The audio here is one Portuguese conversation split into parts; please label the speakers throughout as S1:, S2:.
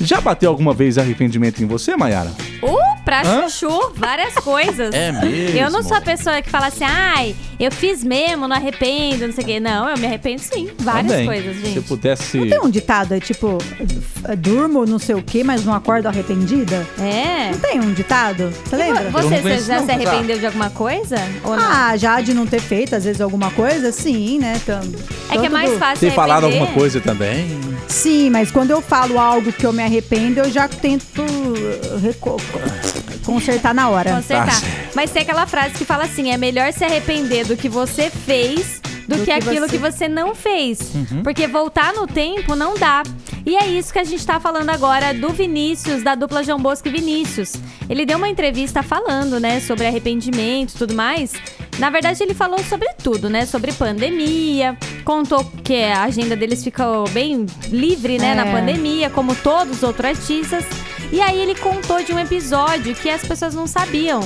S1: Já bateu alguma vez arrependimento em você, Mayara?
S2: Uh, pra
S1: Hã?
S2: chuchu, várias coisas.
S3: É mesmo?
S2: Eu não sou a pessoa que fala assim, ai, eu fiz mesmo, não arrependo, não sei o quê. Não, eu me arrependo sim. Várias
S1: Também. Tipo,
S2: coisas, gente.
S1: Se pudesse.
S4: Tem um ditado, é tipo, "F- durmo não sei o quê, mas não acordo arrependida?
S2: É.
S4: Não tem um ditado? Você lembra?
S1: Eu não
S2: Você, você
S1: conheço,
S2: já
S1: não,
S2: se
S1: já.
S2: arrependeu de alguma coisa? Ou não?
S4: Ah, já de não ter feito, às vezes, alguma coisa, sim, né? Tam-
S2: é que é
S4: tanto
S2: mais
S4: do-
S2: fácil
S1: Ter falado
S2: arrepender.
S1: alguma coisa também?
S4: Sim, mas quando eu falo algo que eu me arrependo, eu já tento uh, reco- consertar na hora.
S2: Consertar.
S1: Tá certo.
S2: Mas tem aquela frase que fala assim: é melhor se arrepender do que você fez do,
S4: Do
S2: que,
S4: que
S2: aquilo
S4: você-
S2: que você não fez. Porque voltar no tempo não dá. E é isso que a gente tá falando agora do Vinícius, da dupla João Bosco e Vinícius. Ele deu uma entrevista falando, né, sobre arrependimento e tudo mais. Na verdade, ele falou sobre tudo, né? Sobre pandemia, contou que a agenda deles ficou bem livre, né,
S4: É.
S2: na pandemia, como todos os outros artistas. E aí ele contou de um episódio que as pessoas não sabiam.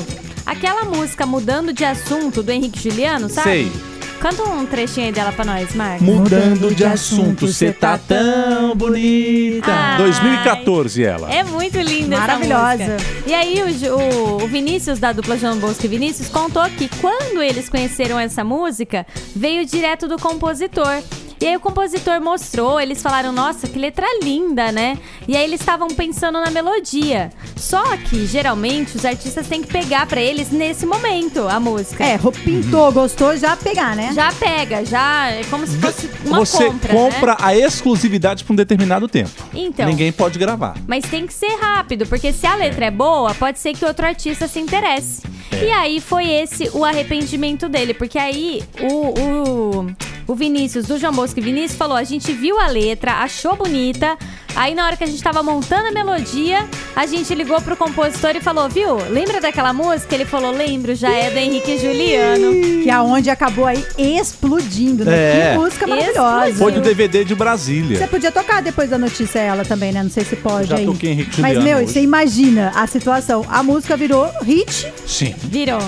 S2: Aquela música Mudando de Assunto do Henrique Juliano, sabe?
S1: Sei.
S2: Canta um trechinho aí dela pra nós, Marcos.
S1: Mudando de assunto, cê tá tão bonita.
S2: Ai.
S1: 2014 ela.
S2: Ah. É muito linda essa
S4: Maravilhosa.
S2: música. E aí o, Ju- o, o Vinícius, da dupla João Bosco e Vinícius, contou que quando eles conheceram essa música, veio direto do compositor. E aí o compositor mostrou, eles falaram, nossa, que letra linda, né? E aí eles estavam pensando na melodia. Só que, geralmente, os artistas têm que pegar pra eles nesse momento a música.
S4: É, ro- pintou, gostou, já pegar, né?
S2: Já pega, já é como se fosse uma
S1: Você
S2: compra, né?
S1: compra a exclusividade por um determinado tempo.
S2: Então.
S1: Ninguém pode gravar.
S2: Mas tem que ser rápido, porque se a letra é boa, pode ser que outro artista se interesse. E aí foi esse o arrependimento dele, porque aí o, o, o Vinícius, do João Bosco e Vinícius, falou: a gente viu a letra, achou bonita. Aí na hora que a gente tava montando a melodia, a gente ligou pro compositor e falou: viu, lembra daquela música? Ele falou: lembro, já é do Henrique e Juliano.
S4: Que aonde acabou aí explodindo, né?
S1: É.
S4: Que música maravilhosa.
S2: Explodiu.
S1: Foi do
S2: Sim.
S1: DVD de
S4: Você
S1: Brasília.
S4: podia tocar depois da notícia ela também, né? Não sei se pode
S1: Já
S4: aí.
S1: toquei Henrique
S4: Mas,
S1: Juliano
S4: meu,
S1: hoje.
S4: você imagina a situação. A música virou hit
S1: Sim.
S2: Virou.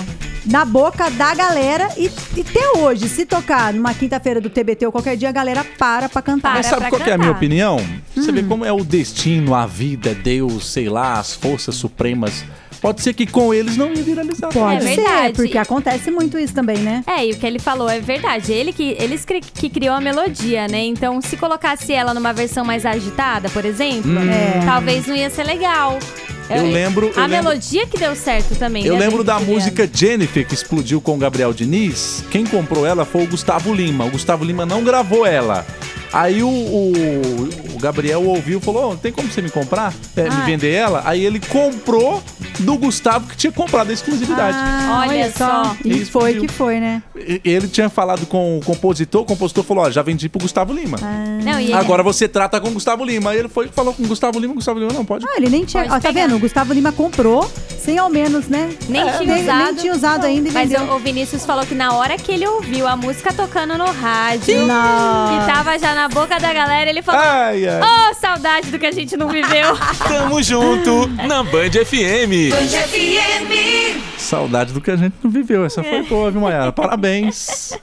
S4: na boca da galera e, e até hoje, se tocar numa quinta-feira do TBT ou qualquer dia, a galera para pra cantar.
S2: Para.
S1: Mas sabe
S2: pra
S1: qual que é a minha
S2: cantar. Hum.
S1: opinião? Você vê como é o destino, a vida, Deus, sei lá, as forças supremas. Pode ser que com eles não ia viralizar.
S4: Pode
S2: É
S4: ser,
S2: verdade.
S4: porque acontece muito isso também, né?
S2: É, e o que ele falou é verdade. Ele que, eles cri- que criou a melodia, né? Então, se colocasse ela numa versão mais agitada, por exemplo,
S4: É.
S2: talvez não ia ser legal.
S1: Hum.
S2: É.
S1: Eu lembro-
S2: A
S1: eu lembro-
S2: melodia que deu certo também.
S1: Eu
S2: né,
S1: lembro
S2: do
S1: da
S2: Juliano.
S1: música Jennifer, que explodiu com o Gabriel Diniz. Quem comprou ela foi o Gustavo Lima. O Gustavo Lima não gravou ela. Aí o, o- o Gabriel ouviu e falou: "Ô, não tem como você me comprar, É, me
S2: Ah.
S1: vender ela? Aí ele comprou do Gustavo que tinha comprado a exclusividade.
S4: Ah,
S2: Olha só.
S4: E
S1: É Isso
S4: foi
S1: viu.
S4: que foi, né?
S1: E- Ele tinha falado com o compositor, o compositor falou: Ó, já vendi pro Gustavo Lima.
S2: Não, Ah. e ele-
S1: Agora você trata com o Gustavo Lima. Aí ele foi e falou com o Gustavo Lima, o Gustavo Lima não pode.
S4: Ah, ele nem tinha.
S2: Pode
S4: Ó, tá
S2: pegar.
S4: vendo? O Gustavo Lima comprou, sem ao menos, né?
S2: Nem
S4: É,
S2: tinha usado.
S4: Nem tinha usado ainda e
S2: Mas
S4: vendeu.
S2: o o Vinícius falou que na hora que ele ouviu a música tocando no rádio,
S4: Nossa.
S2: que tava já na boca da galera, ele falou:
S1: Ai, ai.
S2: Ô, saudade do que a gente não viveu.
S3: Tamo junto na Band FM.
S1: Saudade do que a gente não viveu. Essa foi boa, viu, Mayara? Parabéns.